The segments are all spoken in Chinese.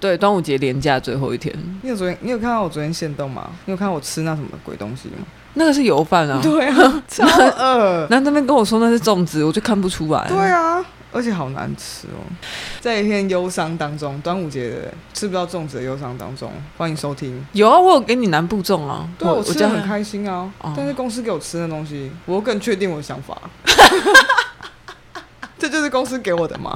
对，端午节连假最后一天，你有昨天，你有看到我昨天现动吗？你有看到我吃那什么鬼东西 吗？那个是油饭啊。 对啊，超饿。然后那边跟我说那是粽子，我就看不出来。对啊，而且好难吃哦。在一片忧伤当中，端午节的吃不到粽子的忧伤当中，欢迎收听。有啊，我有给你南部粽啊。对啊，我我吃家的很开心啊哦，但是公司给我吃的东西，我又更确定我的想法。这就是公司给我的 吗？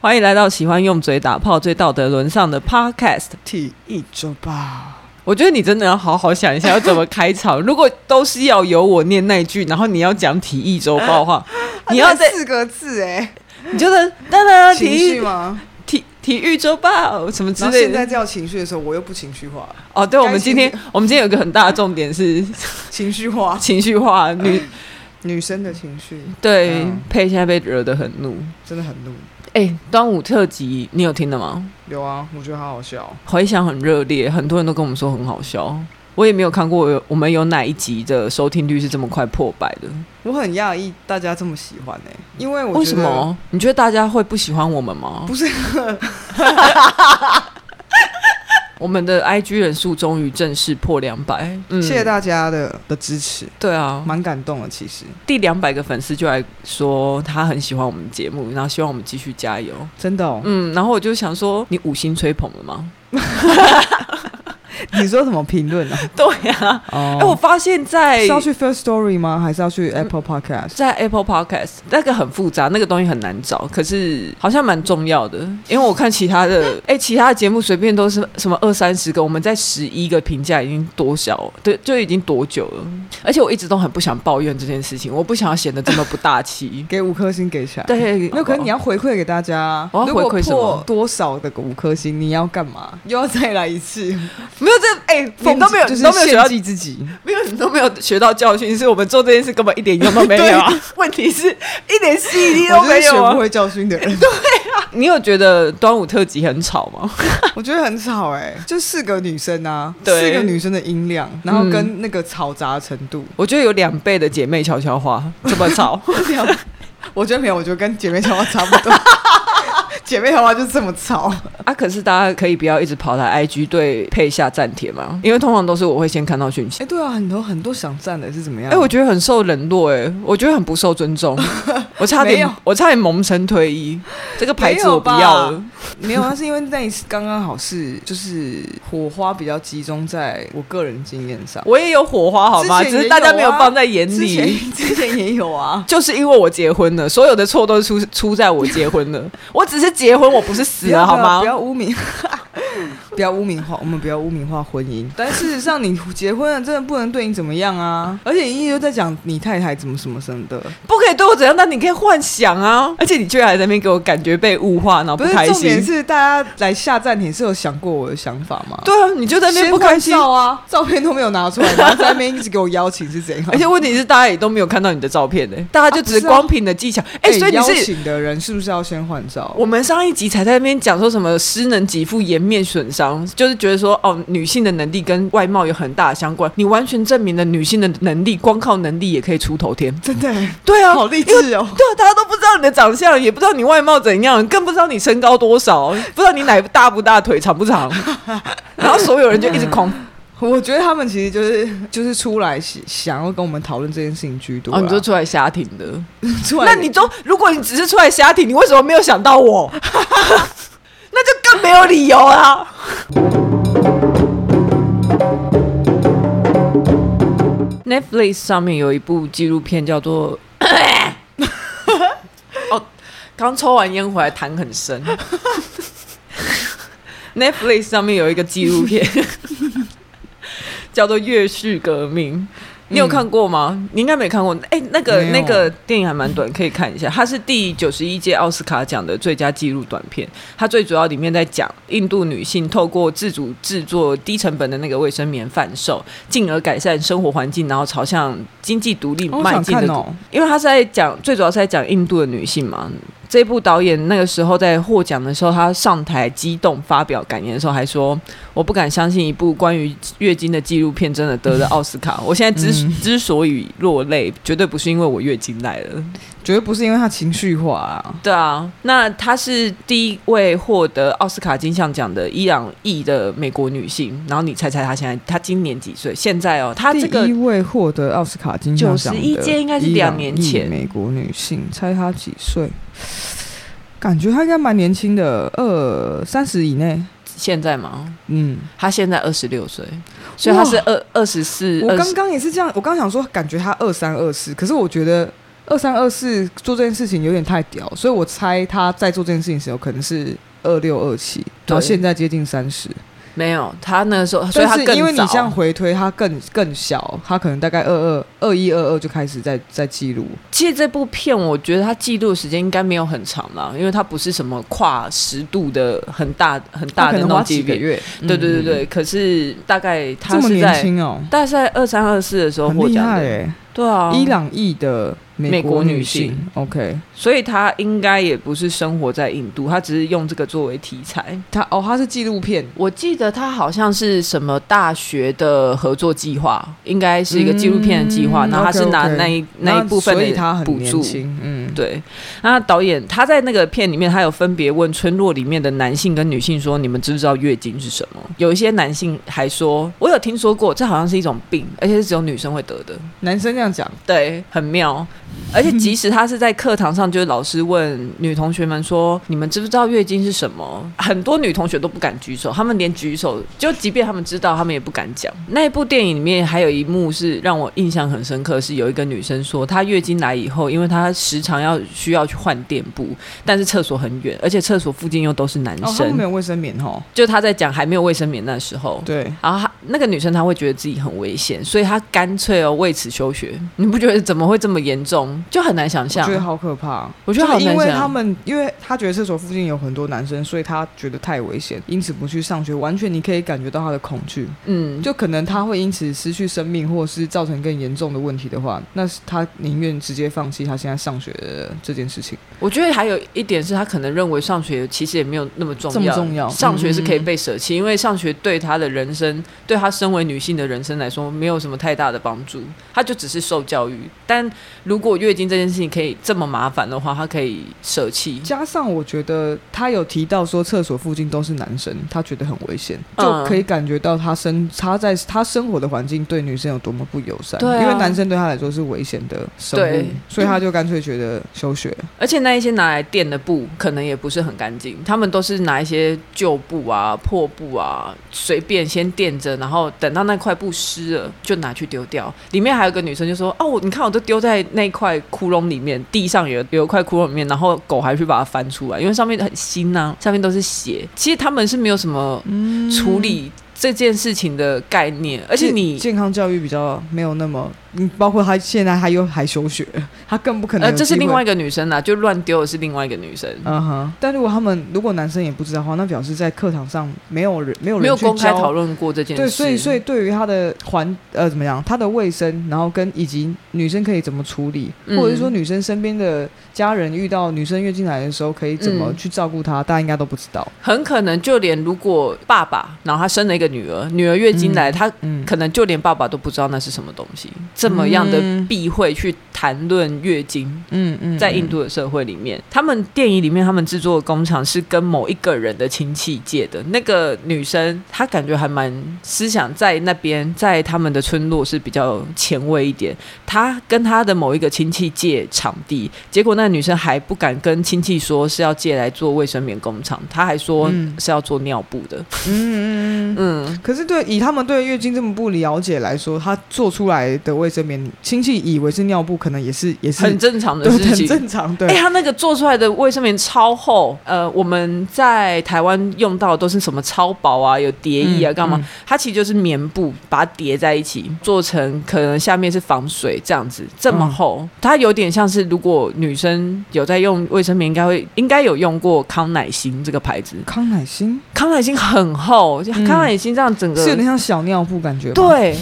欢迎来到喜欢用嘴打炮、最道德沦丧的 Podcast。提一周吧。我觉得你真的要好好想一下要怎么开场。如果都是要由我念那一句，然后你要讲体育周报的 话，你要它才在四啊个字哎，你就是当然情体绪育吗？体体育周报什么之然后类现在的。叫情绪的时候，我又不情绪化了，哦，对，我们该情今天我们今天有一个很大的重点是情绪化，情绪化 女女生的情绪对嗯佩现在被惹得很怒。真的很怒。哎、端午特辑你有听的吗？有啊，我觉得好好笑。回响很热烈，很多人都跟我们说很好笑。我也没有看过有我们有哪一集的收听率是这么快破百的，我很讶异大家这么喜欢呢、因为我觉得为什？么？你觉得大家会不喜欢我们吗？不是 我们的 IG 人数终于正式破两百，嗯谢谢大家的的支持，对啊，蛮感动的。其实第两百个粉丝就来说他很喜欢我们节目，然后希望我们继续加油。真的、哦，嗯，然后我就想说，你五星吹捧了吗？你说什么评论 啊？对呀、啊，哎、嗯我哦，发现在是要去 First Story 吗？还是要去 Apple Podcast？。在 Apple Podcast 那个很复杂，那个东西很难找，可是好像蛮重要的，因为我看其他 的，哎、其他的节目随便都是什么二三十个，我们在十一个评价已经多少，对，就已经多久了？而且我一直都很不想抱怨这件事情，我不想要显得这么不大气给五颗星给起 来。，对，没有，可是你要回馈给大家啊。我要如果回馈什么破多少的五颗星？你要干嘛？又要再来一 次？ 没有这哎、你都没有，就是你都没有学到献，祭自己。没有，你都没有学到教训，是我们做这件事根本一点用都没有 啊。问题是一点吸引力都我就是没有学不啊。会教训的人。你有觉得端午特辑很吵吗？我觉得很吵哎、就四个女生啊，对四个女生的音量，然后跟那个嘈杂程度， 我觉得有两倍的姐妹悄悄 话这么吵。我觉得没有，我觉得跟姐妹淘花差不多。 姐妹淘花就这么吵，啊，可是大家可以不要一直跑来 IG 对配一下暂帖吗？因为通常都是我会先看到讯息。哎、对啊，很多很多想站的是怎么样？哎、我觉得很受冷落、哎，我觉得很不受尊 重，我差没点有，我差点萌生退役，这个牌子我不没有吧要了。没有，啊那是因为那一次刚刚好是就是火花比较集中在我个人经验上，我也有火花好吗？之前也只是大家没有有啊放在眼之前里。之前也有啊，就是因为我结婚了，所有的错都是出出在我结婚了。 我只是结婚，我不是死不要了好吗不？要污名， 不要污名化，我们不要污名化婚姻。但事实上，你结婚了，真的不能对你怎么样啊！而且你一直都在讲你太太怎么什么什么的，不可以对我怎样，但你可以幻想啊！而且你居然还在那边给我感觉被物化，然后不是开重心点。是大家来下站点是有想过我的想法吗？对啊，你就在那边先不开心拍，照啊，哎照片都没有拿出来，然 后在那边一直给我邀请是怎样？而且问题是大家也都没有看到你的照片 呢、大家就只是光凭你的技巧。哎、哎、所以你邀是请的人是不是要先换照？我们上一集才在那边讲说什么失能给付颜面损伤，就是觉得说哦，女性的能力跟外貌有很大的相关。你完全证明了女性的能力，光靠能力也可以出头 天。真的、对啊，好励志哦！对啊，大家都不知道你的长相，也不知道你外貌怎样，更不知道你身高多少，不知道你奶大不大，腿长不 长。然后所有人就一直狂我觉得他们其实就是就是出来想想要跟我们讨论这件事情居多啦、哦，啊你就出来瞎挺的。出来，那你都如果你只是出来瞎挺，你为什么没有想到 我？那就更没有理由啊啦。Netflix 上面有一部纪录片叫做……哦，刚抽完烟回来，痰很深。Netflix 上面有一个纪录片叫做《月式革命》，你有看过吗？你应该没看过。哎、那个没有那个电影还蛮短，可以看一下。它是第九十一届奥斯卡奖的最佳纪录短片。它最主要里面在讲印度女性透过自主制作低成本的那个卫生棉贩售，进而改善生活环境，然后朝向经济独立哦我迈想进的看过哦，因为他是在讲，最主要是在讲印度的女性嘛，这部导演那个时候在获奖的时候，他上台激动发表感言的时候，还说：“我不敢相信一部关于月经的纪录片真的得了奥斯嗯卡。我现在之、之所以落泪，绝对不是因为我月经来了。”绝对不是因为他情绪化啊。对啊，那她是第一位获得奥斯卡金像奖的伊朗裔的美国女性。然后你猜猜她现在她今年几岁？现在哦，她这个第一位获得奥斯卡金像奖的91届应该是伊朗两年裔前美国女性，猜她几岁？感觉她应该蛮年轻的，二三十以内。现在吗？嗯，她现在二十六岁，所以她是二二十四。我二刚刚也是这样，我刚想说，感觉她二三二四，可是我觉得二三二四做这件事情有点太屌，所以我猜她在做这件事情的时候可能是二六二七，然对后现在接近三十。没有，她那个时候，啊所以她但更早。是因为你这样回推，她更更小，她可能大概二二二一二二就开始在在记录。其实这部片，我觉得它记录的时间应该没有很长啦，因为它不是什么跨时度的很大很大她的那可能种花级几个别。月，对对对嗯，对，可是大概这她么是年在轻哦，大概在二三二四的时候很获厉奖害的。哎，对啊，伊朗裔的美美国国女女性性。 OK，所以他应该也不是生活在印度，他只是用这个作为题材。她哦，她是纪录片，我记得他好像是什么大学的合作计划，应该是一个纪录片的计划，嗯然后他是拿 OK，OK 那一那一部分所以她的很补年助。轻，嗯，对，那导演他在那个片里面，他有分别问村落里面的男性跟女性说：“你们知不知道月经是什么？”有一些男性还说：“我有听说过，这好像是一种病，而且是只有女生会得的。”男生这样讲，对，很妙。而且即使他是在课堂上，就是老师问女同学们说：“你们知不知道月经是什么？”很多女同学都不敢举手，她们连举手，就即便她们知道，她们也不敢讲。那一部电影里面还有一幕是让我印象很深刻，是有一个女生说，她月经来以后，因为她时常要需要去换垫布，但是厕所很远，而且厕所附近又都是男哦，他生，们没有卫生棉哦，就她在讲还没有卫生棉那时候，对，然后她那个女生她会觉得自己很危险，所以她干脆哦为此休学。你不觉得怎么会这么严重？就很难想我象觉。得好可怕。我觉得好就是因难为他想。们，因为他觉得厕所附近有很多男生，所以他觉得太危险，因此不去上学。完全你可以感觉到他的恐惧，嗯，就就可能他会因此失去生命，或是造成更严重的问题的话，那是他宁愿直接放弃他现在上学的这件事情。我觉得还有一点是她可能认为上学其实也没有那么重这么要，重要嗯上学是可以被舍弃，因为上学对她的人生，对她身为女性的人生来说没有什么太大的帮助，她就只是受教育。但如果月经这件事情可以这么麻烦的话，她可以舍弃。加上我觉得他有提到说厕所附近都是男生，他觉得很危险，嗯就可以感觉到他生他在他生活的环境对女生有多么不友善。对啊因为男生对他来说是危险的生物对，所以他就干脆觉得休学。而且那一些拿来垫的布可能也不是很干净，他们都是拿一些旧布啊、破布啊，随便先垫着，然后等到那块布湿了就拿去丢掉。里面还有个女生就说：“哦，我你看我都丢在那块窟窿里面，地上有有一块窟窿里面，然后狗还去把它翻出来，因为上面很新呐、上面都是血。其实他们是没有什么处理这件事情的概念，嗯而且健你健康教育比较没有那么，嗯，包括他现在他又还休学，他更不可能呃，有机这会。是另外一个女生啦，啊就乱丢的是另外一个女生。嗯哼，但如果他们如果男生也不知道的话，那表示在课堂上没有人没有人没有去公开教讨论过这件事，对，所以所以对于他的环呃怎么样，他的卫生，然后跟以及女生可以怎么处理，嗯或者是说女生身边的家人遇到女生月经来的时候可以怎么嗯去照顾她，大家应该都不知道。很可能就连如果爸爸，然后他生了一个女儿，女儿月经来，他嗯，可能就连爸爸都不知道那是什么东西，这么样的嗯避讳去谈论月经。嗯嗯在印，度的社会里面，他们电影里面他们制作的工厂是跟某一个人的亲戚借的。那个女生她感觉还蛮思想在那边，在他们的村落是比较前卫一点。她跟她的某一个亲戚借场地，结果那个女生还不敢跟亲戚说是要借来做卫生棉工厂，她还说嗯是要做尿布的。嗯嗯嗯。嗯，可是对以他们对月经这么不了解来说，他做出来的卫生棉，亲戚以为是尿布，可能也是也是很正常的 对事很情。正常，对。嗯哎、他那个做出来的卫生棉超厚，呃，我们在台湾用到的都是什么超薄啊，有叠衣啊，嗯干嘛？嗯它其实就是棉布，把它叠在一起，做成可能下面是防水这样子，这么嗯厚，它有点像是如果女生有在用卫生棉，应该会应该有用过康乃馨这个牌子，康乃馨，康乃馨很厚，康乃心这样整嗯是有点个。像小尿布感觉吗？，对，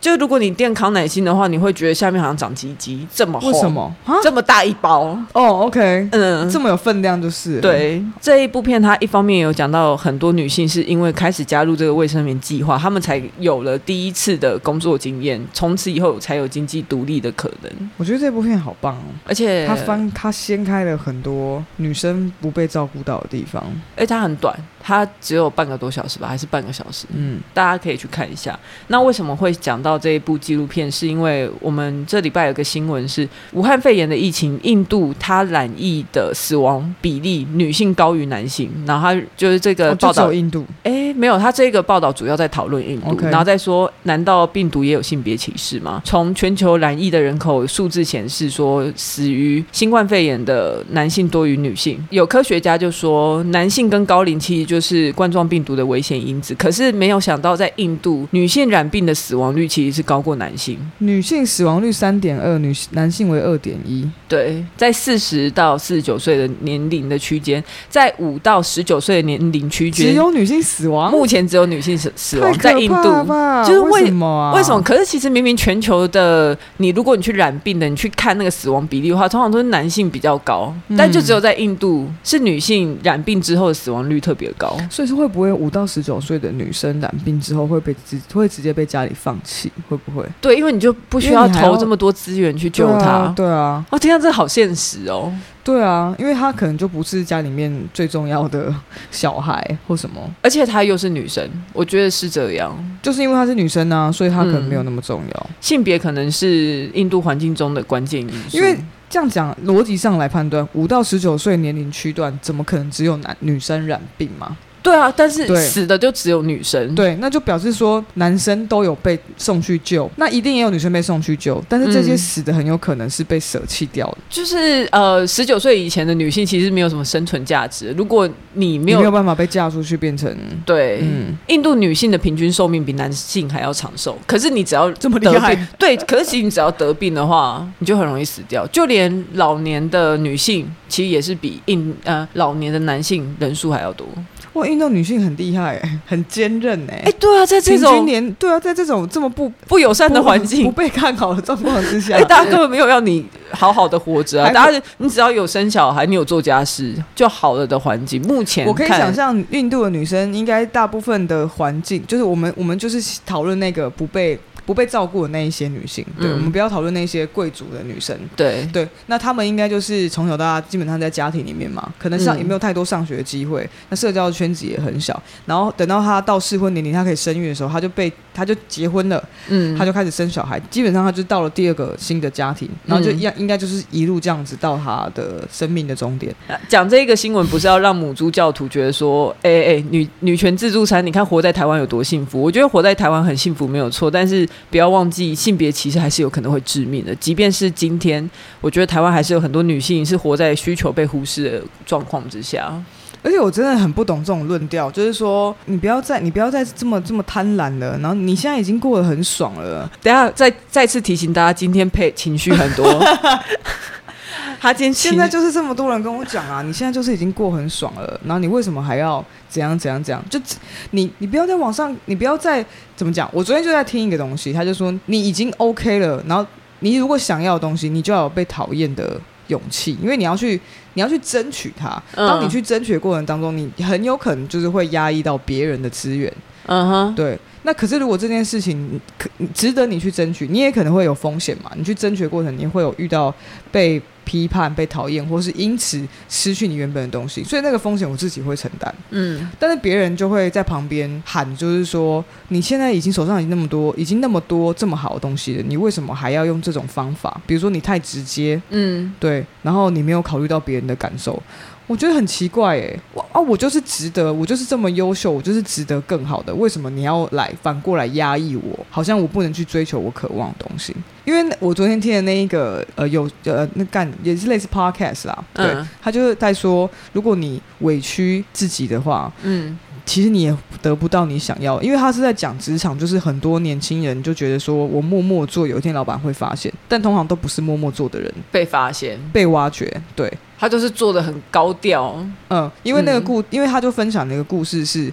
就如果你垫康乃馨的话，你会觉得下面好像长鸡鸡，这么厚，为什么啊？这么大一包？哦，OK，嗯，这么有分量就是了，对这一部片，它一方面有讲到很多女性是因为开始加入这个卫生棉计划，她们才有了第一次的工作经验，从此以后才有经济独立的可能。我觉得这部片好棒哦。而且他，翻他掀开了很多女生不被照顾到的地方，而且它很短，它只有半个多小时吧，还是半个小时？嗯，大家可以去看一下。那为什么会讲到这一部纪录片？是因为我们这礼拜有个新闻是武汉肺炎的疫情，印度它染疫的死亡比例女性高于男性，然后它就是这哦个就报只道有印度，哎，没有，他这个报道主要在讨论印度 OK 然后再说，难道病毒也有性别歧视吗？从全球染疫的人口数字显示说，死于新冠肺炎的男性多于女性。有科学家就说，男性跟高龄其实就是冠状病毒的危险因子。可是没有想到，在印度，女性染病的死亡率其实是高过男性。女性死亡率三点二，女男性为二点一，对，在四十到四十九岁的年龄的区间，在五到十九岁的年龄区只间，有女性死亡，目前只有女性死死太亡，可在印怕度了。吧就是为为什么啊？为什么？可是其实明明全球的你，如果你去染病的，你去看那个死亡比例的话，通常都是男性比较高，嗯但就只有在印度是女性染病之后的死亡率特别高。所以是会不会五到十九岁的女生染病之后会被直会直接被家里放弃？会不会对，因为你就不需因为要你还要投这么多资源去救对他啊。对啊，哦，天啊，这好现实哦！对啊，因为她可能就不是家里面最重要的小孩或什么，而且她又是女生，我觉得是这样。就是因为她是女生啊，所以她可能没有那么重要。性别可能是印度环境中的关键因素。因为这样讲，逻辑上来判断，五到十九岁年龄区段，怎么可能只有男女生染病嘛？对啊，但是对死的就只有女生。对，那就表示说男生都有被送去救，那一定也有女生被送去救，但是这些嗯死的很有可能是被舍弃掉的，就是呃，十九岁以前的女性其实没有什么生存价值。如果你没你有没有办法被嫁出去变成对，嗯印度女性的平均寿命比男性还要长寿，可是你只要这么厉得害病，对，可是其实你只要得病的话，你就很容易死掉。就连老年的女性，其实也是比印呃老年的男性人数还要多。哇，印度女性很厉害、欸，很坚韧哎、哎、对啊，在这平均种年对啊，在这种这么不不友善的不嗯环不境。被看好的状况之下哎、，大家根本没有要你好好的活着啊！还大家，你只要有生小孩，你有做家事就好了的环境。目前我可以看想，象，印度的女生应该大部分的环境，就是我们我们就是讨论那个不被不被照顾的那一些女性，对，嗯我们不要讨论那些贵族的女生。对，对，那她们应该就是从小到大基本上在家庭里面嘛，可能上、嗯也没有太多上学的机会，那社交圈子也很小。然后等到她到适婚年龄，她可以生育的时候，她就被她就结婚了，嗯，她就开始生小孩。基本上她就到了第二个新的家庭，然嗯后就一样应该就是一路这样子到她的生命的终点。讲这个新闻不是要让母猪教徒觉得说，哎、哎、女女权自助餐，你看活在台湾有多幸福？我觉得活在台湾很幸福没有错，但是不要忘记性别歧视还是有可能会致命的。即便是今天，我觉得台湾还是有很多女性是活在需求被忽视的状况之下。而且我真的很不懂这种论调，就是说你不要再你不要再这么这么贪婪了，然后你现在已经过得很爽了，等一下再再次提醒大家，今天配情绪很多。他今天情现在就是这么多人跟我讲啊，你现在就是已经过很爽了，然后你为什么还要怎样怎样怎样？就你你不要在网上，你不要再怎么讲。我昨天就在听一个东西，他就说你已经 OK 了，然后你如果想要的东西，你就要有被讨厌的。勇气，因为你要去，你要去争取它。嗯当你去争取的过程当中，你很有可能就是会压抑到别人的资源，嗯哼，对，那可是如果这件事情可值得你去争取，你也可能会有风险嘛。你去争取的过程，你会有遇到被批判、被讨厌，或是因此失去你原本的东西，所以那个风险我自己会承担。嗯但是别人就会在旁边喊，就是说你现在已经手上已经那么多，已经那么多这么好的东西了，你为什么还要用这种方法？比如说你太直接，嗯，对，然后你没有考虑到别人的感受，我觉得很奇怪哎、我啊，我就是值得，我就是这么优秀，我就是值得更好的，为什么你要来反过来压抑我？好像我不能去追求我渴望的东西。因为我昨天听的那一个呃有呃那干也是类似 podcast 啦，对，嗯他就是在说，如果你委屈自己的话，嗯其实你也得不到你想要的，因为他是在讲职场，就是很多年轻人就觉得说我默默做，有一天老板会发现，但通常都不是默默做的人被发现，被挖掘，对。他就是做的很高调。嗯，因为那个嗯故，因为他就分享了一个故事是，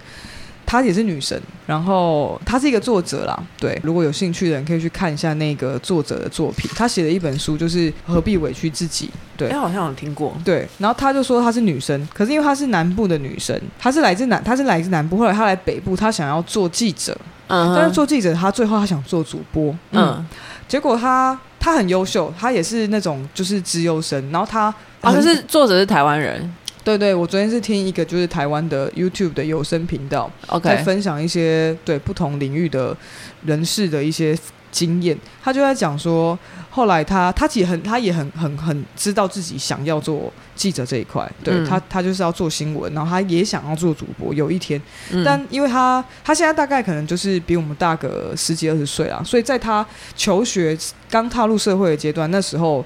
她也是女神，然后她是一个作者啦，对，如果有兴趣的人可以去看一下那个作者的作品，她写的一本书就是何必委屈自己，对哎、好像有听过，对，然后她就说她是女生，可是因为她是南部的女生，她是来自南，她是来自南部，后来她来北部，她想要做记者，嗯但是做记者她最后她想做主播，嗯，嗯，结果她她很优秀，她也是那种就是资优生，然后她啊，可很是作者是台湾人对对，我昨天是听一个就是台湾的 YouTube 的有声频道，在，OK，分享一些对不同领域的人士的一些经验。他就在讲说，后来他他其实很他也很很很知道自己想要做记者这一块，对、嗯他他就是要做新闻，然后他也想要做主播。有一天，嗯但因为他他现在大概可能就是比我们大个十几二十岁啦，所以在他求学刚踏入社会的阶段，那时候。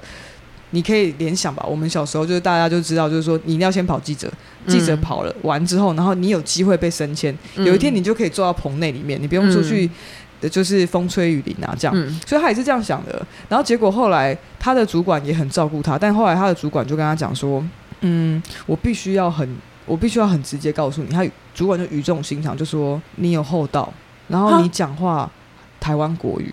你可以联想吧，我们小时候就是大家就知道，就是说你一定要先跑记者，记者嗯跑了、完之后，然后你有机会被升迁，有一天你就可以坐到棚内里面，你不用出去，呃就是风吹雨淋啊这样。嗯所以他也是这样想的。然后结果后来他的主管也很照顾他，但后来他的主管就跟他讲说：“嗯，我必须要很，我必须要很直接告诉你。”他主管就语重心长就说：“你有厚道，然后你讲话台湾国语。”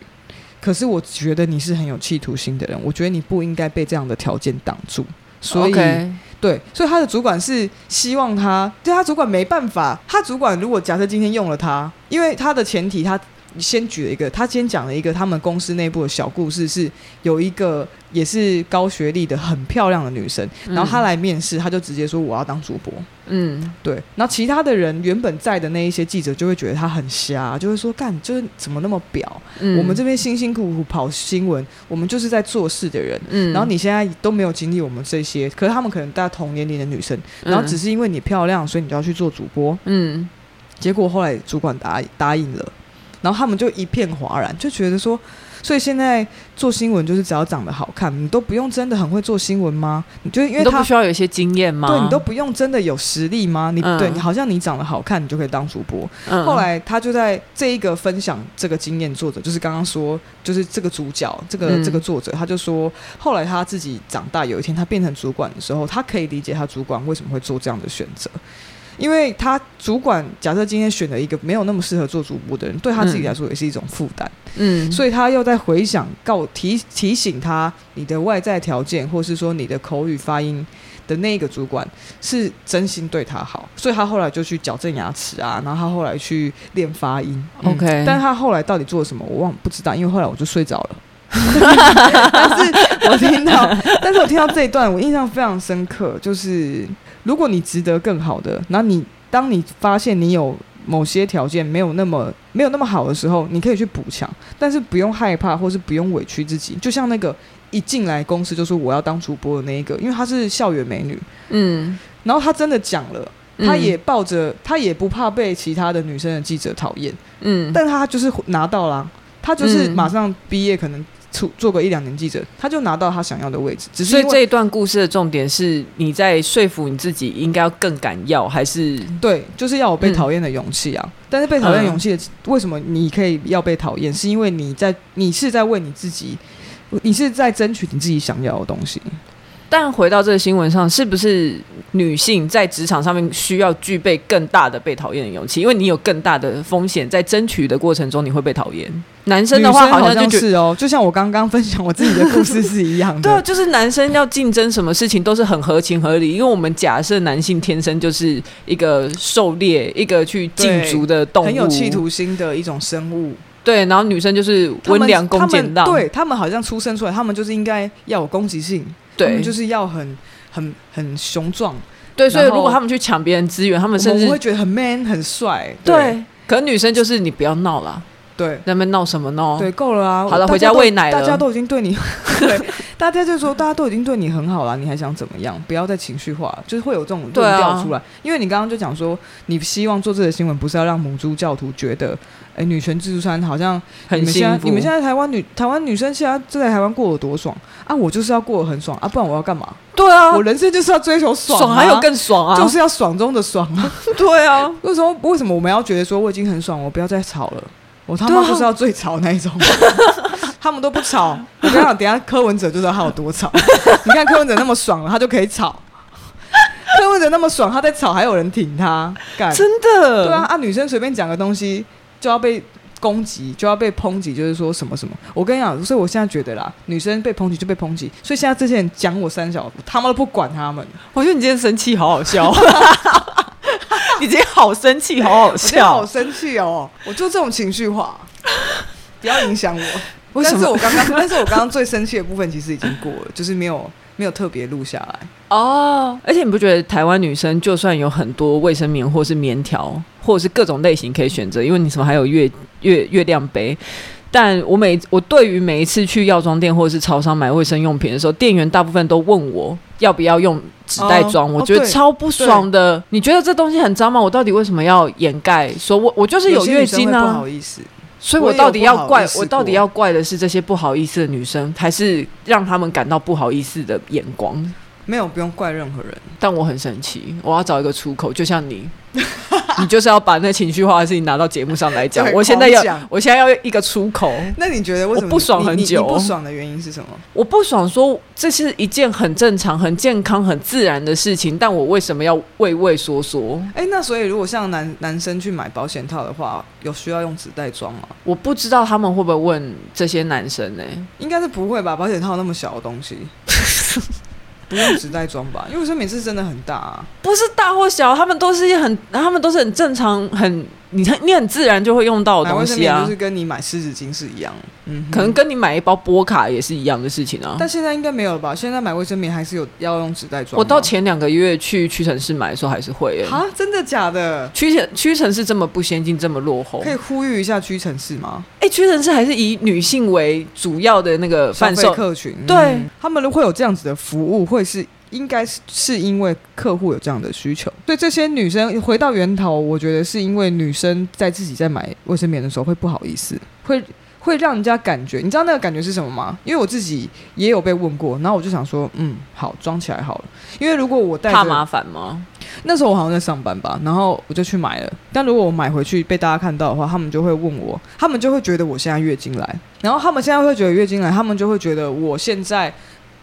可是我觉得你是很有企图心的人，我觉得你不应该被这样的条件挡住，所以 OK 对，所以他的主管是希望他，对他主管没办法，他主管如果假设今天用了他，因为他的前提他。先举了一个，他先讲了一个他们公司内部的小故事，是有一个也是高学历的很漂亮的女生，然后她来面试，她就直接说我要当主播，嗯，对，然后其他的人原本在的那一些记者就会觉得她很瞎，就会说干就是怎么那么婊，嗯我们这边辛辛苦苦跑新闻，我们就是在做事的人，嗯然后你现在都没有经历我们这些，可是他们可能大家同年龄的女生，然后只是因为你漂亮，所以你就要去做主播。嗯结果后来主管答答应了，然后他们就一片哗然，就觉得说，所以现在做新闻就是只要长得好看，你都不用真的很会做新闻吗？你就因你为都不他。需要有一些经验吗？对你都不用真的有实力吗？你、嗯对你好像你长得好看，你就可以当主播。嗯后来他就在这一个分享这个经验作者，就是刚刚说，就是这个主角，这个、嗯这个作者，他就说，后来他自己长大，有一天他变成主管的时候，他可以理解他主管为什么会做这样的选择。因为他主管假设今天选了一个没有那么适合做主播的人，对他自己来说也是一种负担，嗯，所以他又在回想告提提醒他，你的外在条件或是说你的口语发音的那个主管是真心对他好，所以他后来就去矫正牙齿啊，然后他后来去练发音。嗯 OK 但他后来到底做了什么，我忘不知道，因为后来我就睡着了。但是我听到，但是我听到这一段，我印象非常深刻，就是如果你值得更好的，然后你当你发现你有某些条件没有那么没有那么好的时候，你可以去补强，但是不用害怕，或是不用委屈自己。就像那个一进来公司就说我要当主播的那一个，因为她是校园美女，嗯，然后她真的讲了。嗯她也抱着，她也不怕被其他的女生的记者讨厌，嗯，但她就是拿到啦，她就是嗯马上毕业，可能出做个一两年记者，她就拿到她想要的位置。只是所以因为这一段故事的重点是你在说服你自己应该要更敢要，还是对，就是要有被讨厌的勇气嗯啊！但是被讨厌的勇气，为什么你可以要被讨厌？是因为你在，你是在为你自己，你是在争取你自己想要的东西。但回到这个新闻上，是不是女性在职场上面需要具备更大的被讨厌的勇气？因为你有更大的风险，在争取的过程中你会被讨厌。男生的话女生好像就觉得。是嗯哦，就像我刚刚分享我自己的故事是一样 的。对啊，就是男生要竞争什么事情都是很合情合理，因为我们假设男性天生就是一个狩猎、一个去竞逐的动物，很有企图心的一种生物，对，然后女生就是他们温良恭俭让，他们对他们好像出生出来，他们就是应该要有攻击性，他对，们就是要很很很雄壮，对，所以然后如果他们去抢别人资源，他我们甚们至会觉得很 man 很帅。对，可女生就是你不要闹啦，对在那边闹什么闹？对，够了啊！哦好了大回家都喂奶大家了都已经对你， 对，大家就说大家都已经对你很好了，你还想怎么样？不要再情绪化，就是会有这种论对啊调出来。因为你刚刚就讲说，你希望做这个新闻，不是要让母猪教徒觉得，哎、女权自助餐好像你很们现幸在福。你们现在台湾女台湾女生现在就在台湾过得多爽啊！我就是要过得很爽啊，不然我要干嘛？对啊我，人生就是要追求爽、啊，爽还有、更爽啊，就是要爽中的爽啊！对啊，为什么为什么我们要觉得说我已经很爽，我不要再吵了？我他对妈啊就是要最吵那一种， 他们都不吵。我 跟你讲，等一下柯文哲就知道他有多吵。你看柯文哲那么爽了，他就可以吵。柯文哲那么爽，他在吵还有人挺他，干真的，对啊，，啊女生随便讲个东西就要被攻击，就要被抨击，就是说什么什么。我跟你讲，所以我现在觉得啦，女生被抨击就被抨击，所以现在这些人讲我三小，我他们都不管他们。我觉得你今天生气，好好 笑。你今天好生气，好好我现在笑好。生气哦！我就这种情绪化，不要影响我。为什但是么我？刚刚，但是我刚刚最生气的部分其实已经过了，就是没有没有特别录下来。哦，而且你不觉得台湾女生就算有很多卫生棉或是棉条，或者是各种类型可以选择，因为你什么还有月月月亮杯。但我每我对于每一次去药妆店或者是超商买卫生用品的时候，店员大部分都问我要不要用纸袋装，哦我觉得哦对超不爽的。你觉得这东西很脏吗？我到底为什么要掩盖？说我我就是有些月女生经会啊，不好意思，所以我我也到有底不要好意怪，思我到底过要怪的是这些不好意思的女生，还是让他们感到不好意思的眼光？没有不用怪任何人。但我很生气，我要找一个出口，就像你， 你就是要把那情绪化的事情拿到节目上来讲。对我现在要狂讲，我现在要一个出口。那你觉得为什么我不爽你很你久你不爽的原因是什么？我不爽说这是一件很正常、很健康、很自然的事情，但我为什么要畏畏缩缩？哎、那所以如果像男男生去买保险套的话，有需要用纸袋装吗？我不知道他们会不会问这些男生呢、应该是不会吧，保险套那么小的东 西，不用纸袋装吧？因为我说每次真的很大、啊，不是大或小，他们都是一些很，他们都是很正常、很你很你很自然就会用到的买东卫生西棉啊就。是跟你买湿纸巾是一样，嗯哼，可能跟你买一包波卡也是一样的事情啊。但现在应该没有了吧？现在买卫生棉还是有要用纸袋装吗？我到前两个月去屈臣氏买的时候还是会耶、啊，真的假的？屈臣屈臣氏这么不先进，这么落后可。以呼吁一下屈臣氏吗？哎、屈臣氏还是以女性为主要的那个贩消售费，客群，对嗯他们会有这样子的服务，会是应该是是因为客户有这样的需求，所以这些女生回到源头，我觉得是因为女生在自己在买卫生棉的时候会不好意思，会。会让人家感觉，你知道那个感觉是什么吗？因为我自己也有被问过，然后我就想说，嗯，好，装起来好了。因为如果我带怕着麻烦吗？那时候我好像在上班吧，然后我就去买了。但如果我买回去被大家看到的话，他们就会问我，他们就会觉得我现在月经来，然后他们现在会觉得月经来，他们就会觉得我现在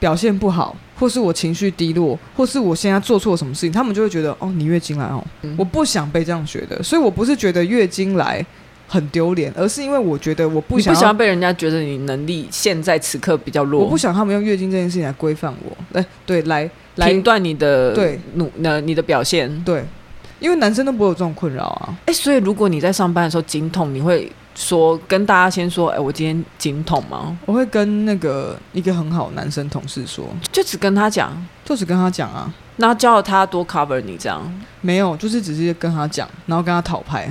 表现不好，或是我情绪低落，或是我现在做错什么事情，他们就会觉得哦，你月经来哦。嗯我不想被这样觉得，所以我不是觉得月经来很丢脸，而是因为我觉得我不你想不要想要被人家觉得你能力现在此刻比较弱，我不想他们用月经这件事情来规范我，哎、对，来来评断你的对努那你的表现。对，因为男生都不会有这种困扰啊。哎、所以如果你在上班的时候经痛，你会说跟大家先说，哎、我今天经痛吗？我会跟那个一个很好的男生同事说，就只跟他讲，就只跟他讲啊，那叫他多 cover 你这样。没有，就是只是跟他讲，然后跟他讨拍，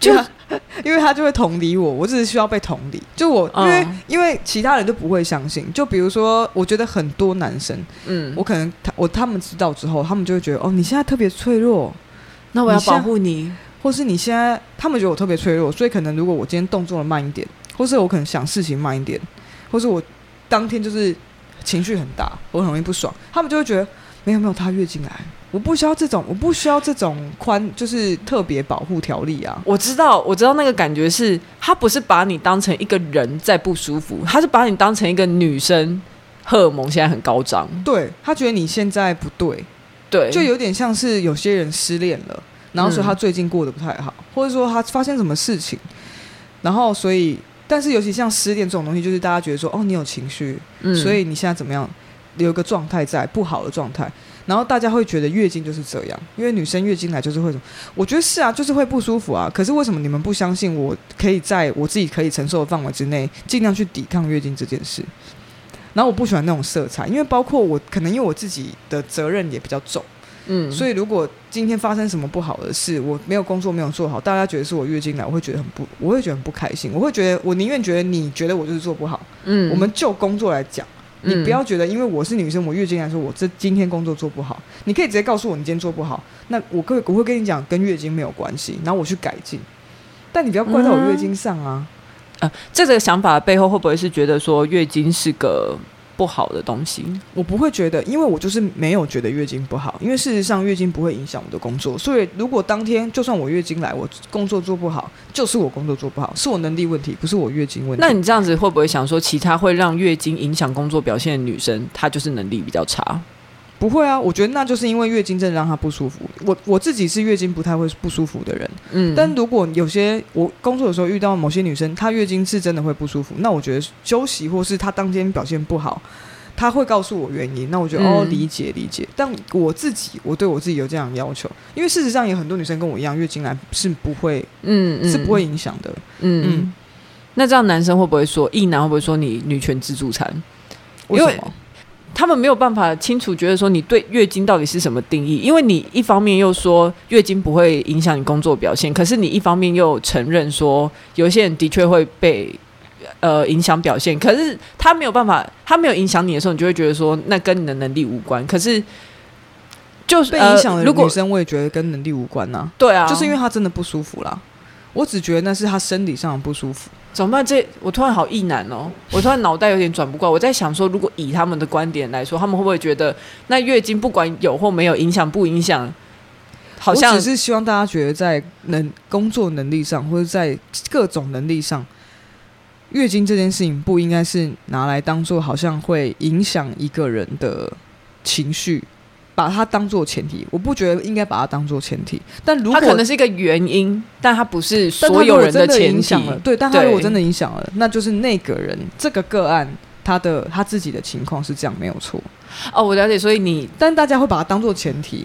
就因为他 因为他就会同理我，我只是需要被同理，就我因为、嗯因为其他人都不会相信，就比如说，我觉得很多男生，嗯，我可能他我他们知道之后，他们就会觉得哦，你现在特别脆弱，那我要你现保在护你。或是你现在他们觉得我特别脆弱，所以可能如果我今天动作的慢一点，或是我可能想事情慢一点，或是我当天就是情绪很大，我很容易不爽，他们就会觉得没有没有，他月经来，我不需要这种，我不需要这种宽，就是特别保护条例啊。我知道，我知道那个感觉是，他不是把你当成一个人在不舒服，他是把你当成一个女生，荷尔蒙现在很高涨，对他觉得你现在不对，对，就有点像是有些人失恋了，然后说他最近过得不太好，或者说他发生什么事情，然后所以，但是尤其像失恋这种东西，就是大家觉得说哦，你有情绪，嗯所以你现在怎么样？有一个状态在不好的状态，然后大家会觉得月经就是这样，因为女生月经来就是会什么？我觉得是啊，就是会不舒服啊。可是为什么你们不相信我可以在我自己可以承受的范围之内，尽量去抵抗月经这件事？然后我不喜欢那种色彩，因为包括我可能因为我自己的责任也比较重，嗯，所以如果今天发生什么不好的事，我没有工作没有做好，大家觉得是我月经来，我会觉得很不，我会觉得很不开心，我会觉得我宁愿觉得你觉得我就是做不好，嗯我们就工作来讲。你嗯不要觉得，因为我是女生，我月经来说我这今天工作做不好，你可以直接告诉我你今天做不好，那我会我会跟你讲跟月经没有关系，然后我去改进，但你不要怪到我月经上啊。这个想法背后会不会是觉得说月经是个不好的东西？我不会觉得，因为我就是没有觉得月经不好，因为事实上月经不会影响我的工作，所以如果当天就算我月经来，我工作做不好，就是我工作做不好，是我能力问题，不是我月经问题。那你这样子会不会想说，其他会让月经影响工作表现的女生，她就是能力比较差？不会啊，我觉得那就是因为月经真的让她不舒服。我我自己是月经不太会不舒服的人，嗯，但如果有些我工作的时候遇到某些女生，她月经是真的会不舒服，那我觉得休息或是她当天表现不好，她会告诉我原因，那我觉得、哦嗯理解理解。但我自己我对我自己有这样的要求，因为事实上有很多女生跟我一样，月经来是不会嗯嗯是不会影响的。嗯嗯嗯。那这样男生会不会说，一男会不会说你女权自助餐？为因什为么？他们没有办法清楚觉得说你对月经到底是什么定义，因为你一方面又说月经不会影响你工作表现，可是你一方面又承认说有一些人的确会被呃影响表现，可是他没有办法，他没有影响你的时候，你就会觉得说那跟你的能力无关。可是就是被影响的呃、如女果生，我也觉得跟能力无关呐、对啊，就是因为她真的不舒服啦。我只觉得那是她生理上的不舒服。怎么办？这我突然好意难哦，我突然脑袋有点转不过来。我在想说，如果以他们的观点来说，他们会不会觉得那月经不管有或没有影响不影响，好我像只是希望大家觉得在能工作能力上，或者在各种能力上，月经这件事情不应该是拿来当做好像会影响一个人的情绪，把它当做前提。我不觉得应该把它当做前提，但如它果可能是一个原因，但它不是但他所如有果人真的前影提响。了，对，但他对如果真的影响了，那就是那个人这个个案他的他自己的情况是这样没有错，哦，我了解，所以你但大家会把它当做前提，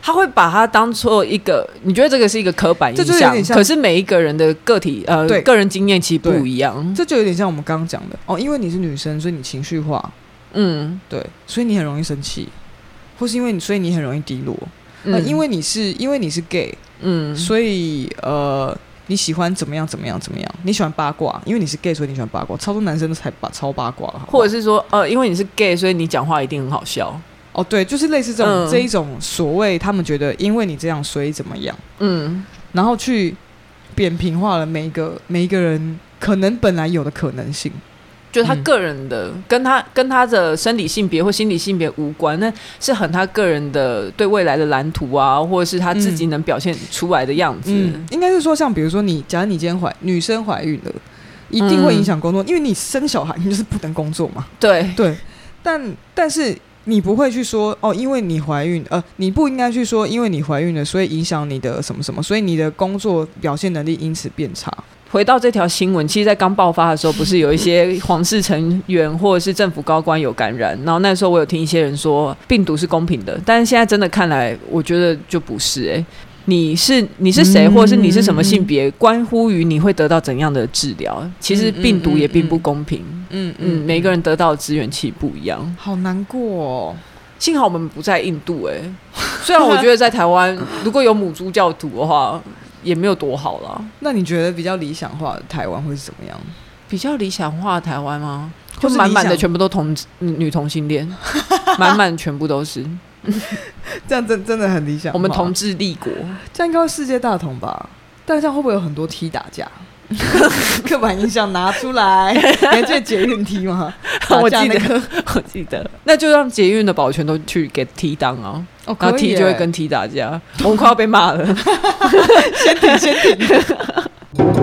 他会把它当做一个，你觉得这个是一个刻板这印就是有象点，像可是每一个人的个体呃对个人经验其实不对一样。这就有点像我们刚刚讲的哦，因为你是女生，所以你情绪化，嗯对，所以你很容易生气，或是因为你，所以你很容易低落。嗯，那、呃因为你是因为你是 gay，、嗯所以呃，你喜欢怎么样怎么样怎么样？你喜欢八卦，因为你是 gay，所以你喜欢八卦。超多男生都才八超八卦了，好不好或者是说呃，因为你是 gay，所以你讲话一定很好笑。哦，对，就是类似这种、嗯这一种所谓他们觉得因为你这样所以怎么样，嗯然后去扁平化了每一个每一个人可能本来有的可能性。就是他嗯个人的，跟他跟他的生理性别或心理性别无关，那是很他个人的对未来的蓝图啊，或者是他自己能表现出来的样子。嗯，应该是说，像比如说你，假如你今天怀女生怀孕了，一定嗯会影响工作，因为你生小孩，你就是不能工作嘛。对，对，但但是你不会去说哦，因为你怀孕，呃，你不应该去说，因为你怀孕了，所以影响你的什么什么，所以你的工作表现能力因此变差。回到这条新闻，其实，在刚爆发的时候，不是有一些皇室成员或者是政府高官有感染，然后那时候我有听一些人说病毒是公平的，但是现在真的看来，我觉得就不是诶、你是你是谁，嗯或者是你是什么性别，关乎于你会得到怎样的治疗。其实嗯嗯病毒也并不嗯嗯公平，嗯嗯，每个人得到的资源其实不一样。好难过哦。幸好我们不在印度 哎、虽然我觉得在台湾如果有母猪教徒的话，也没有多好啦。那你觉得比较理想化的台湾会是怎么样？比较理想化的台湾吗？或就是满满的理想全部都同嗯女同性 恋，满满全部都是。这样真真的很理想化。我们同志立国，这样应该会世界大同吧？但这样会不会有很多 T 打架？ 刻板印象拿出来， 你还记得捷运 T 吗？ 我打记架那个得， 我记得，那就让捷运的保全都去给 T 当啊，哦，然后可以 T 耶就会跟 T 打架，我们快要被骂了。先停先停。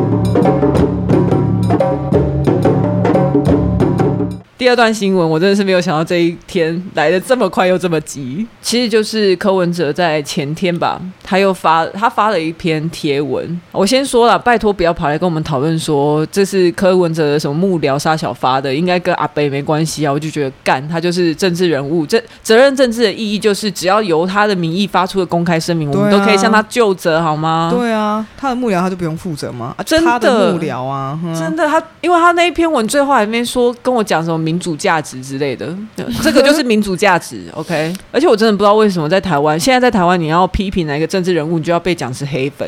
第二段新闻，我真的是没有想到这一天来的这么快又这么急。其实就是柯文哲在前天吧，他又发他发了一篇贴文。我先说了，拜托不要跑来跟我们讨论说这是柯文哲的什么幕僚沙小发的，应该跟阿北没关系啊。我就觉得干，他就是政治人物，这责任政治的意义就是只要由他的名义发出的公开声明，我们对都啊可以向他就责，好吗？对啊，他的幕僚他就不用负责吗？啊，就真的他的幕僚啊，嗯真的，他因为他那一篇文最后还没说跟我讲什么民主价值之类的，这个就是民主价值，OK。而且我真的不知道为什么在台湾，现在在台湾你要批评哪一个政治人物，你就要被讲是黑粉。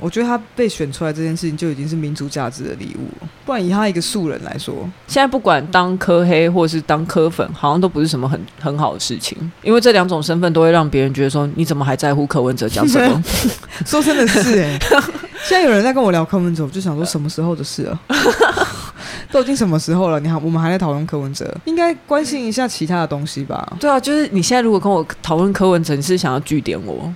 我觉得他被选出来这件事情就已经是民族价值的礼物了。不然以他一个素人 来说，现在不管当科黑或是当科粉，好像都不是什么很很好的事情，因为这两种身份都会让别人觉得说你怎么还在乎柯文哲讲什么？说真的是 哎、现在有人在跟我聊柯文哲，我就想说什么时候的事 了？都已经什么时候了？你还我们还在讨论柯文哲，应该关心一下其他的东西嗯吧？对啊，就是你现在如果跟我讨论柯文哲，你是想要据点我？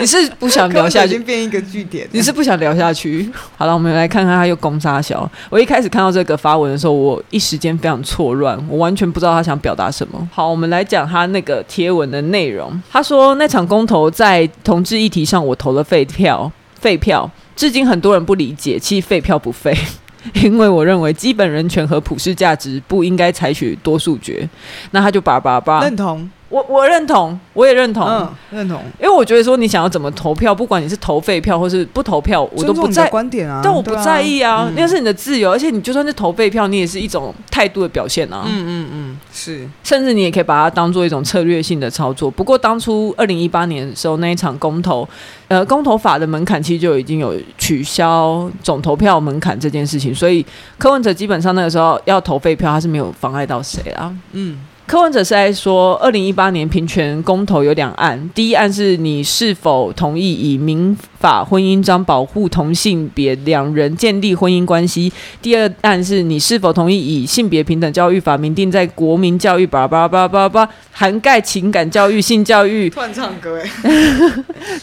你是不想科聊学下已去经？变一个据点。你是不想聊下去？好了，我们来看看他又攻杀小。我一开始看到这个发文的时候，我一时间非常错乱，我完全不知道他想表达什么。好，我们来讲他那个贴文的内容。他说那场公投在同志议题上，我投了废票，废票，至今很多人不理解，其实废票不废。 因为我认为基本人权和普世价值不应该采取多数决，那他就叭叭叭，认同，我我认同，我也认同，嗯，认同，因为我觉得说你想要怎么投票，不管你是投废票或是不投票，我都尊重不你在的，观点啊，但我不对啊在意啊，嗯那是你的自由，而且你就算是投废票，你也是一种态度的表现啊，嗯嗯嗯，是甚至你也可以把它当做一种策略性的操作。不过当初二零一八年的时候那一场公投，呃，公投法的门槛其实就已经有取消总投票门槛这件事情，所以柯文哲基本上那个时候要投废票，他是没有妨碍到谁啊。嗯柯文哲是在说，二零一八年平权公投有两案，第一案是你是否同意以民法婚姻章保护同性别两人建立婚姻关系，第二案是你是否同意以性别平等教育法明定在国民教育叭叭叭叭叭涵盖情感教育、性教育、突然唱歌哎，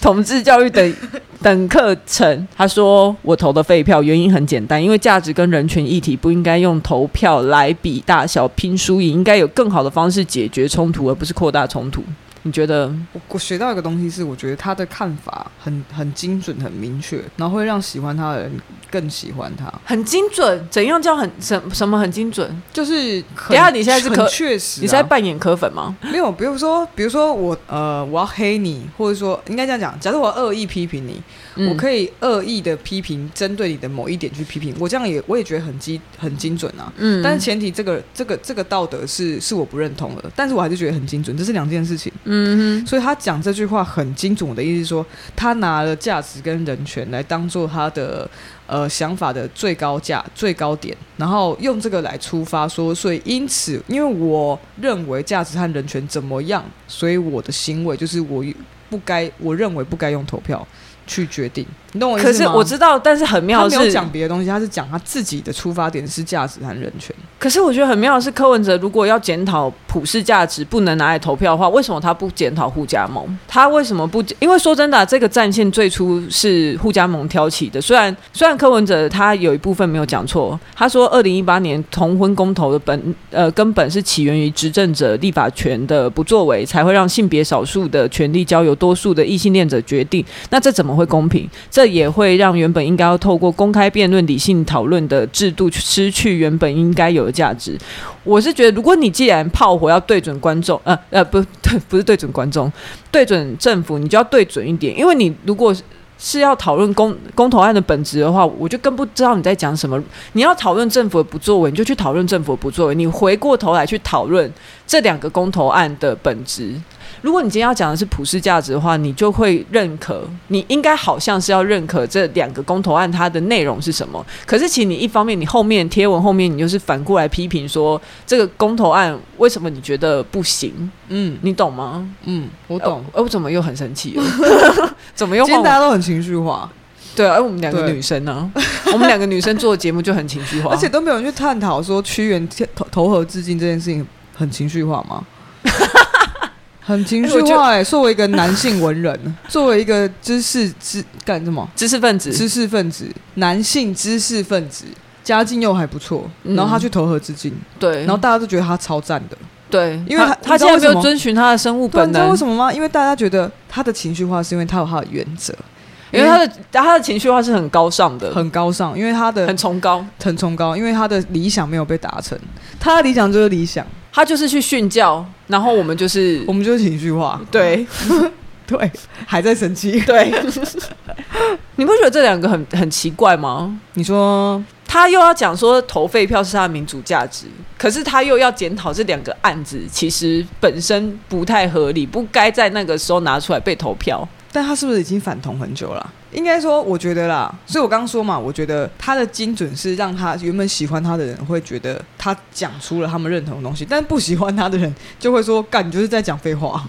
同志教育等等课程。他说：“我投的废票原因很简单，因为价值跟人权议题不应该用投票来比大小拼输赢，应该有更好的方式解决冲突，而不是扩大冲突。”你觉得？我我学到一个东西是，我觉得他的看法很很精准、很明确，然后会让喜欢他的人更喜欢他，很精准，怎样叫很什什么很精准？就是等很一下你现在是可很确实啊、你是在扮演柯粉吗？没有，比如说，比如说我呃，我要黑你，或者说应该这样讲，假设我要恶意批评你，我以，可以恶意的批评，针对你的某一点去批评，我这样也我也觉得很精很精准啊。嗯但是前提，这个这个这个道德是是我不认同的，但是我还是觉得很精准，这是两件事情。嗯所以他讲这句话很精准，我的意思是说，他拿了价值跟人权来当做他的呃想法的最高价、最高点，然后用这个来出发说，所以因此，因为我认为价值和人权怎么样，所以我的行为就是我不该，我认为不该用投票去决定，你懂我哼，意可思是吗？我知道，但是很妙他的没有是，讲别的东西，他是讲他自己的出发点是价值和人权。可是我觉得很妙的是，柯文哲如果要检讨普世价值不能拿来投票的话，为什么他不检讨互加盟？他为什么不？因为说真的啊、这个战线最初是互加盟挑起的。虽然 虽然柯文哲他有一部分没有讲错，他说二零一八年同婚公投的本呃根本是起源于执政者立法权的不作为，才会让性别少数的权利交由多数的异性恋者决定。那这怎么会公平？这也会让原本应该要透过公开辩论、理性讨论的制度失去原本应该有的价值。我是觉得，如果你既然炮火要对准观众，呃呃，不 对，不是对准观众，对准政府，你就要对准一点，因为你如果是要讨论公公投案的本质的话，我就更不知道你在讲什么。你要讨论政府的不作为，你就去讨论政府的不作为，你回过头来去讨论这两个公投案的本质。如果你今天要讲的是普世价值的话，你就会认可，你应该好像是要认可这两个公投案它的内容是什么。可是，其实你一方面你后面贴文后面，你就是反过来批评说这个公投案为什么你觉得不行，嗯你懂吗？嗯，我懂。呃，我怎么又很生气了？ 怎么又今换天大我？家都很情绪化，对啊，而我们两个对女生呢、啊 我们两个女生做节目就很情绪化，而且都没有人去探讨说屈原贴投投河自尽这件事情很情绪 化吗？很情绪化哎、作为一个男性文人， 作为一个知识知干什么知识分子知识分子，男性知识分子，家境又还不错，嗯哎然后他去投河自尽，对，然后大家都觉得他超赞的。对，因为他他你知道现在没为什有么遵循他的生物对啊，本你知道能为，什么吗？因为大家觉得他的情绪化是因为他有他的原则，因为他的他的情绪化是很高尚的，很高尚，因为他的很崇高。很崇高，因为他的理想没有被达成，他的理想就是理想，他就是去训教，然后我们就是我们就是情绪化。对 对，还在生气。 对，你不觉得这两个很很奇怪吗？你说，他又要讲说投废票是他的民主价值，可是他又要检讨这两个案子其实本身不太合理，不该在那个时候拿出来被投票。但他是不是已经反同很久了、应该说，我觉得啦，所以我刚刚说嘛，我觉得他的精准是让他原本喜欢他的人会觉得他讲出了他们认同的东西，但不喜欢他的人就会说：“干，你就是在讲废 话，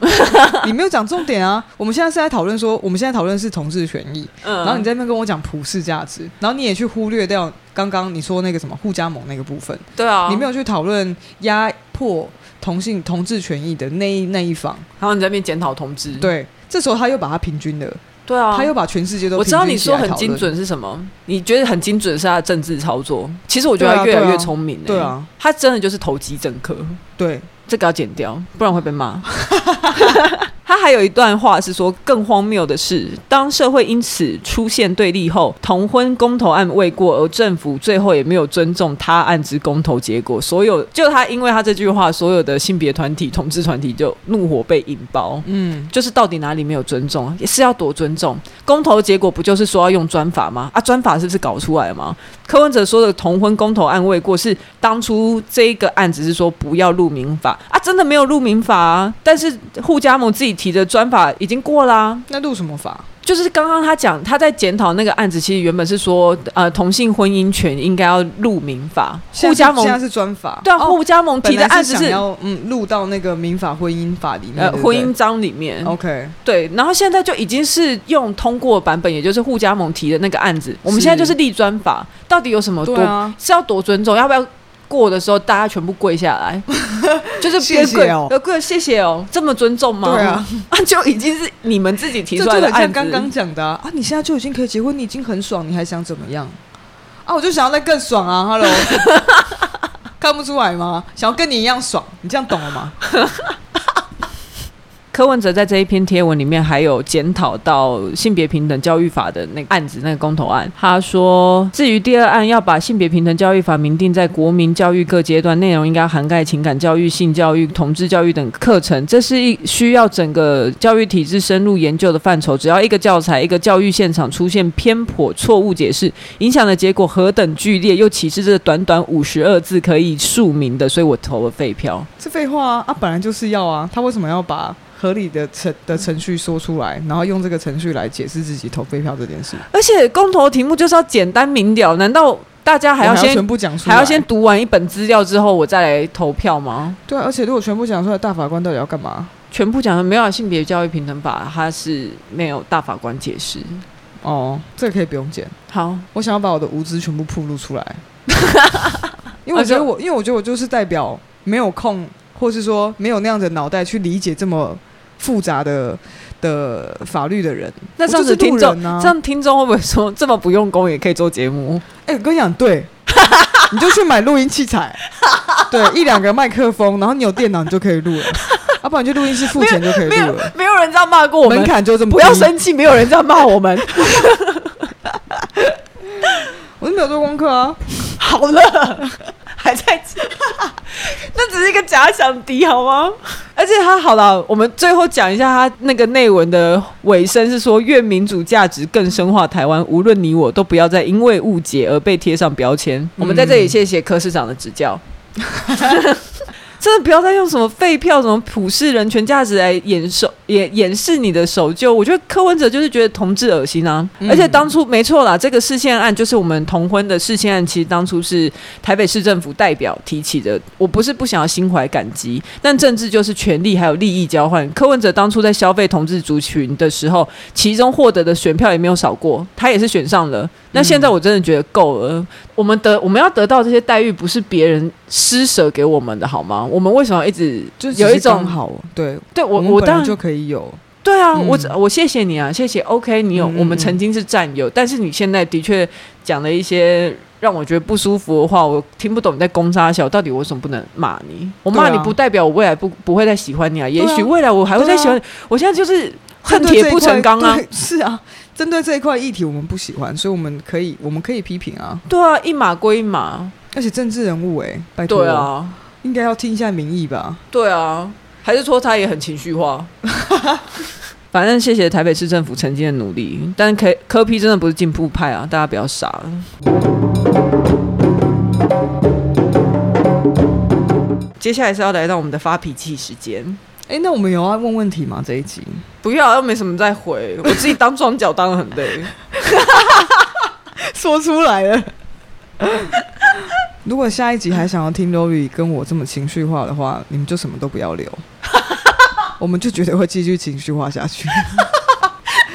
你没有讲重点啊！”我们现在是在讨论说，我们现在讨论是同志权益，嗯，然后你在那边跟我讲普世价值，然后你也去忽略掉刚刚你说那个什么互加盟那个部分，对啊，你没有去讨论压迫同性同志权益的那一那一方。然后你在那边检讨同志，对，这时候他又把它平均了，对啊，他又把全世界都我知道平你均起来说很讨精论，准欸是什么，你觉得很精准是他的政治操作。其实我觉得对他啊越来对啊越聪明、欸对啊，他真的就是投机政客，对，这个要剪掉，不然会被骂。 他还有一段话是说，更荒谬的是，当社会因此出现对立后，同婚公投案未过，而政府最后也没有尊重他案之公投结果，所有就他因为他这句话，所有的性别团体、同志团体就怒火被引爆。嗯，就是到底哪里没有尊重，也是要多尊重。公投结果不就是说要用专法吗？啊，专法是不是搞出来了吗？柯文哲说的同婚公投案未过，是当初这个案子是说不要入民法啊，真的没有入民法啊。但是互加盟自己提的专法已经过啦、那录什么法？就是刚刚他讲他在检讨那个案子，其实原本是说呃同性婚姻权应该要入民法，现互在加是盟现在是专法，对啊，哦互加盟提本的来案子是想是。要嗯录到那个民法婚姻法里面，呃，对不婚对姻章里面 OK，对，然后现在就已经是用通过版本，也就是互加盟提的那个案子，我们是现在就是立专法，到底有什么多、对啊，是要多尊重，要不要？过的时候，大家全部跪下来， 就是谢谢跪哦呃跪谢谢哦，这么尊重吗？对 啊，就已经是你们自己提这出就来的很案像子。刚刚讲的啊啊，你现在就已经可以结婚，你已经很爽，你还想怎么样？啊，我就想要再更爽啊，Hello，看不出来吗？想要跟你一样爽，你这样懂了吗？柯文哲在这一篇贴文里面还有检讨到性别平等教育法的那个案子，那个公投案。他说，至于第二案要把性别平等教育法明定在国民教育各阶段，内容应该涵盖情感教育、性教育、同志教育等课程，这是一需要整个教育体制深入研究的范畴。只要一个教材、一个教育现场出现偏颇、错误解释，影响的结果何等剧烈，又岂是这短短五十二字可以庶民的？所以我投了废票。这废话啊，啊，本来就是要啊，他为什么要把合理的程的程序说出来，然后用这个程序来解释自己投废票这件事？而且公投题目就是要简单明了，难道大家啊还要我先全部讲出还来，要先读完一本资料之后，我再来投票吗？对啊，而且如果全部讲出来，大法官到底要干嘛？全部讲的没有啊性别教育平等法，它是没有大法官解释。哦，这个可以不用剪。好，我想要把我的无知全部暴露 出来，因为啊我觉得我，因为我觉得我就是代表没有空，或是说没有那样的脑袋去理解这么复杂的的法律的人。那这样子我就是听路众、人啊这样听众会不会说这么不用功也可以做节目？哎、我跟你讲，对，你就去买录音器材，对，一两个麦克风，然后你有电脑，你就可以录了，要、不然就录音室付钱就可以没有录了，没有人这样骂过我门们，槛就这么低不要，生气，没有人这样骂我们。我是没有做功课啊，好了，还在这， 那只是一个假想敌好吗？而且他好了，我们最后讲一下他那个内文的尾声是说，愿民主价值更深化台湾，无论你我都不要再因为误解而被贴上标签。我们在这里谢谢柯市长的指教。真的不要再用什么废票、什么普世人权价值来掩守、掩掩饰你的守旧。我觉得柯文哲就是觉得同志恶心啊，嗯而且当初没错啦，这个事件案就是我们同婚的事件案，其实当初是台北市政府代表提起的。我不是不想要心怀感激，但政治就是权力还有利益交换。柯文哲当初在消费同志族群的时候，其中获得的选票也没有少过，他也是选上了。那现在我真的觉得够了，我们得我们要得到这些待遇，不是别人施舍给我们的好吗？我们为什么要一直就只有一是种刚好，对对我们我本当来然就可以有，对啊，嗯我只我谢谢你啊，谢谢 OK，你有、嗯嗯我们曾经是战友，但是你现在的确讲了一些让我觉得不舒服的话，我听不懂你在攻杀小，到底我为什么不能骂你？我骂对你啊不代表我未来不不会再喜欢你啊，也许未来我还会再喜欢你，我现在就是恨针对铁这一不成块钢啊，啊对是啊，针对这一块议题，我们不喜欢，所以我们可以，我们可以批评啊。对啊，一码归一码，而且政治人物、哎，拜托，对，啊，应该要听一下民意吧。对啊，还是说他也很情绪化。 反正谢谢台北市政府曾经的努力，但科科批真的不是进步派啊，大家不要傻了。接下来是要来到我们的发脾气时间，哎、那我们有要问问题吗？这一集不要又没什么再回，我自己当双脚当的很 累。说出来了。 如果下一集还想要听 Lori 跟我这么情绪化的话，你们就 什么都不要留，我们就绝对会继续情绪化下去。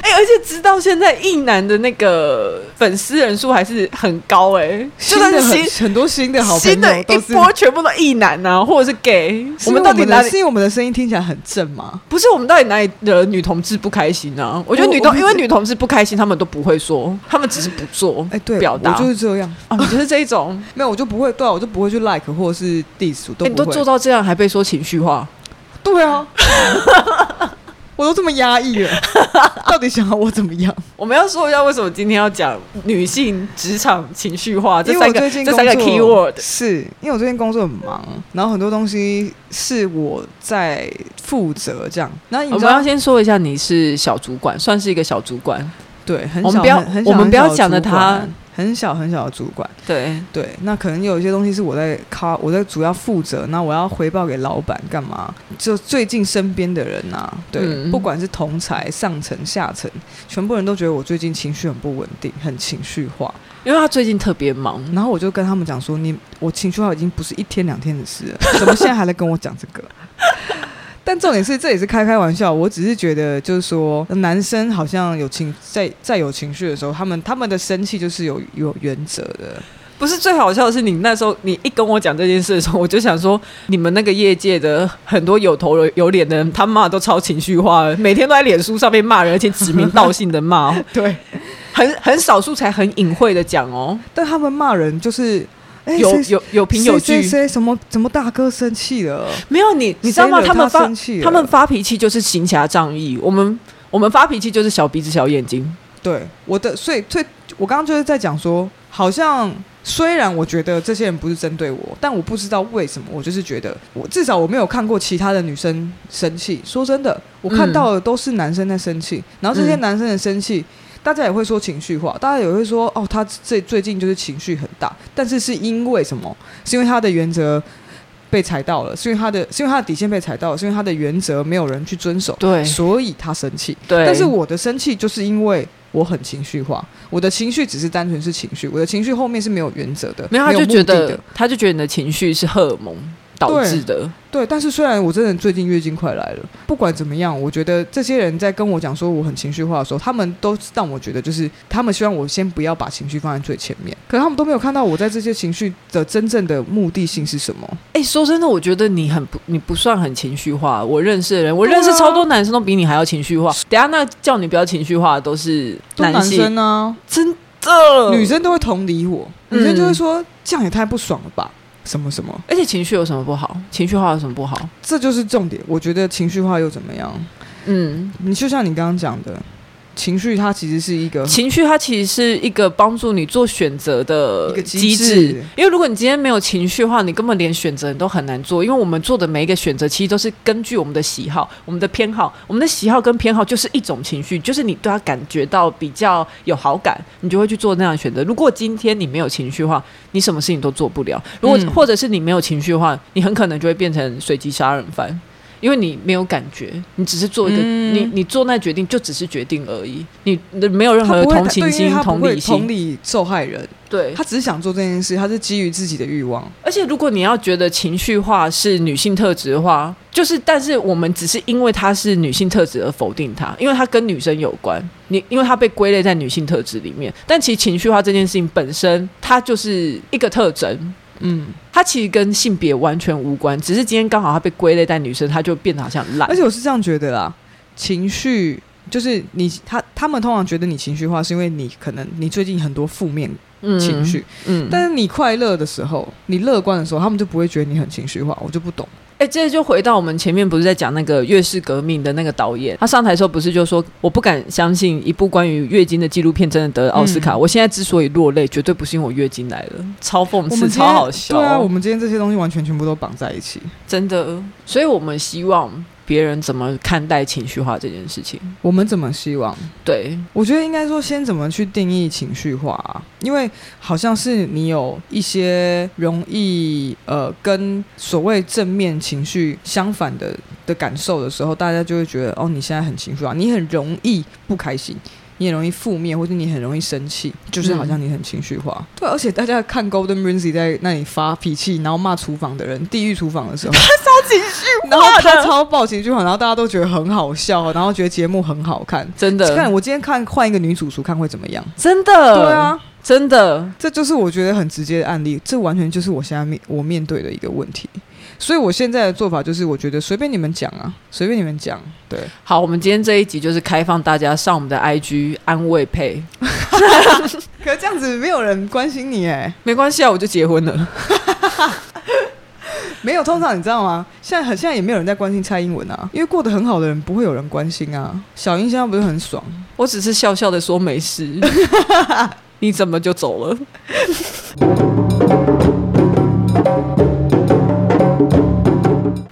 哎、而且直到现在，一男的那个粉丝人数还是很高哎、就算是新的新很很多新的好朋新的友一都是。波全部都异男啊，或者是 gay，是我因为们到底哪的里是因为我们的声音听起来很正吗？不是我们到底哪里惹女同志不开心啊？我觉得我女我同不因为知女同志不开心，他们都不会说，他们只是不做哎、对，表达我就是这样，啊，你就是这一种，没有我就不会，对、啊，我就不会去 like 或者是 diss，都哎不会。你都做到这样还被说情绪化，对啊， 我都这么压抑 了，到底想要我怎么样？我们要说一下为什么今天要讲女性职场情绪化啊这因为三我个最近这工三个作 keyword。是因为我最近工作很忙，然后很多东西是我在负责这样。然后你我知们道要，先说一下，你是小主管，算是一个小主管，对，很我们小不要很很小我们不要很小讲的主管他很小很小的主管。对，对，那可能有一些东西是我在靠我在主要负责，那我要回报给老板干嘛？就最近身边的人呐、对，嗯不管是同才、上层、下层，全部人都觉得我最近情绪很不稳定，很情绪化。因为他最近特别忙，然后我就跟他们讲说，你我情绪化已经不是一天两天的事了，怎么现在还来跟我讲这个？ 但重点是，这也是开开玩笑，我只是觉得，就是说，男生好像有情在在有情绪的时候，他们他们的生气就是有有原则的，不是最好笑的是，你那时候你一跟我讲这件事的时候，我就想说，你们那个业界的很多有头有有脸的人，他骂都超情绪化的，每天都在脸书上面骂人，而且指名道姓的骂哦，对。 很很少数才很隐晦的讲 哦，但他们骂人就是，哎有谁有有凭有谁据谁，谁什么怎么大哥生气了？没有你你知道吗？谁惹他们他发生气了，他们发脾气就是行侠仗义，我们我们发脾气就是小鼻子小眼睛，对我的，所以所以我刚刚就是在讲说，好像虽然我觉得这些人不是针对我，但我不知道为什么，我就是觉得我至少我没有看过其他的女生生气。说真的，我看到的都是男生在生气，然后这些嗯男生的生气。大家也会说情绪化，大家也会说哦，他最最近就是情绪很大，但是是因为什么？是因为他的原则被踩到了，是因为他的是因为他的底线被踩到了，是因为他的原则没有人去遵守，对所以他生气。对，但是我的生气就是因为我很情绪化，我的情绪只是单纯是情绪，我的情绪后面是没有原则的，没有他有就目觉的得的他就觉得你的情绪是荷尔蒙导对致的，对。但是虽然我真的最近月经快来了，不管怎么样，我觉得这些人在跟我讲说我很情绪化的时候，他们都让我觉得就是他们希望我先不要把情绪放在最前面，可他们都没有看到我在这些情绪的真正的目的性是什么。哎、说真的，我觉得你很不，你不算很情绪化。我认识的人，我对啊认识超多男生都比你还要情绪化。等一下那叫你不要情绪化，的都是都男性，生呃啊，真的女。生都会同理我，嗯女生就会说、这样也太不爽了吧，什么什么。而且情绪有什么不好？情绪化有什么不好？这就是重点。我觉得情绪化又怎么样？嗯，你就像你刚刚讲的，情绪它其实是一个情绪它其实是一个帮助你做选择的一个机机制制，因为如果你今天没有情绪的话，你根本连选择你都很难做。因为我们做的每一个选择，其实都是根据我们的喜好、我们的偏好，我们的喜好跟偏好就是一种情绪，就是你对它感觉到比较有好感，你就会去做那样的选择。如果今天你没有情绪的话，你什么事情都做不了。如果、嗯或者是你没有情绪的话，你很可能就会变成随机杀人犯。因为你没有感觉，你只是做一个，嗯你你做那决定就只是决定而已，你你没有任他何不会同情对因心为、他不同会理同心。理受害人，对，他只是想做这件事，他是基于自己的欲望。而且如果你要觉得情绪化是女性特质的话，就是但是我们只是因为它是女性特质而否定它，因为它跟女生有关，你因为它被归类在女性特质里面。但其实情绪化这件事情本身，它就是一个特征。嗯，它其实跟性别完全无关，只是今天刚好它被归类在女生，它就变得好像烂而。且我是这样觉得啦，情绪就是你他他们通常觉得你情绪化，是因为你可能你最近很多负面嗯情，绪，嗯，但是你快乐的时候，你乐观的时候，他们就不会觉得你很情绪化，我就不懂。哎、这就回到我们前面不是在讲那个月氏革命的那个导演，他上台的时候不是就说，我不敢相信一部关于月经的纪录片真的得了奥斯卡。嗯我现在之所以落泪，绝对不是因为我月经来了，超讽我刺，们超好笑，对啊，我们今天这些东西完全全部都绑在一起。真的。所以我们希望别人怎么看待情绪化这件事情。我们怎么希望？对，我觉得应该说，先怎么去定义情绪化、啊？因为好像是你有一些容易呃跟所谓正面情绪相反的的感受的时候，大家就会觉得哦，你现在很情绪化，你很容易不开心，你很容易负面，或者你很容易生气，就是好像你很情绪化。对，而且大家看 Golden Ramsy 在那里发脾气，然后骂厨房的人，地狱厨房的时候，他 超情绪，然后他 超爆情绪化，然后大家都觉得很好笑，然后觉得节目很好看。真看的，呃我今天看换一个女主厨看会怎么样？真的，对，啊，真的，这就是我觉得很直接的案例，这完全就是我现在面我面对的一个问题。所以我现在的做法就是，我觉得随便你们讲啊，随便你们讲，对。好，我们今天这一集就是开放大家上我们的 IG 安慰配，可这样子没有人关心你哎、没关系啊，我就结婚了。没有。通常你知道吗？现在很现在也没有人在关心蔡英文啊，因为过得很好的人不会有人关心啊。小英现在不是很爽，我只是笑笑的说没事，你怎么就走了？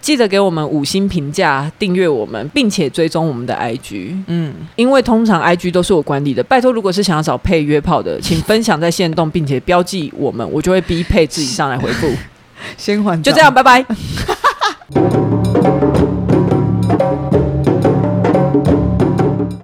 记得给我们五星评价、订阅我们，并且追踪我们的 IG，嗯，因为通常 IG 都是我管理的。拜托，如果是想要找配约炮的，请分享在线动，并且标记我们，我就会逼配自己上来回复。先缓就涨这样，。拜拜。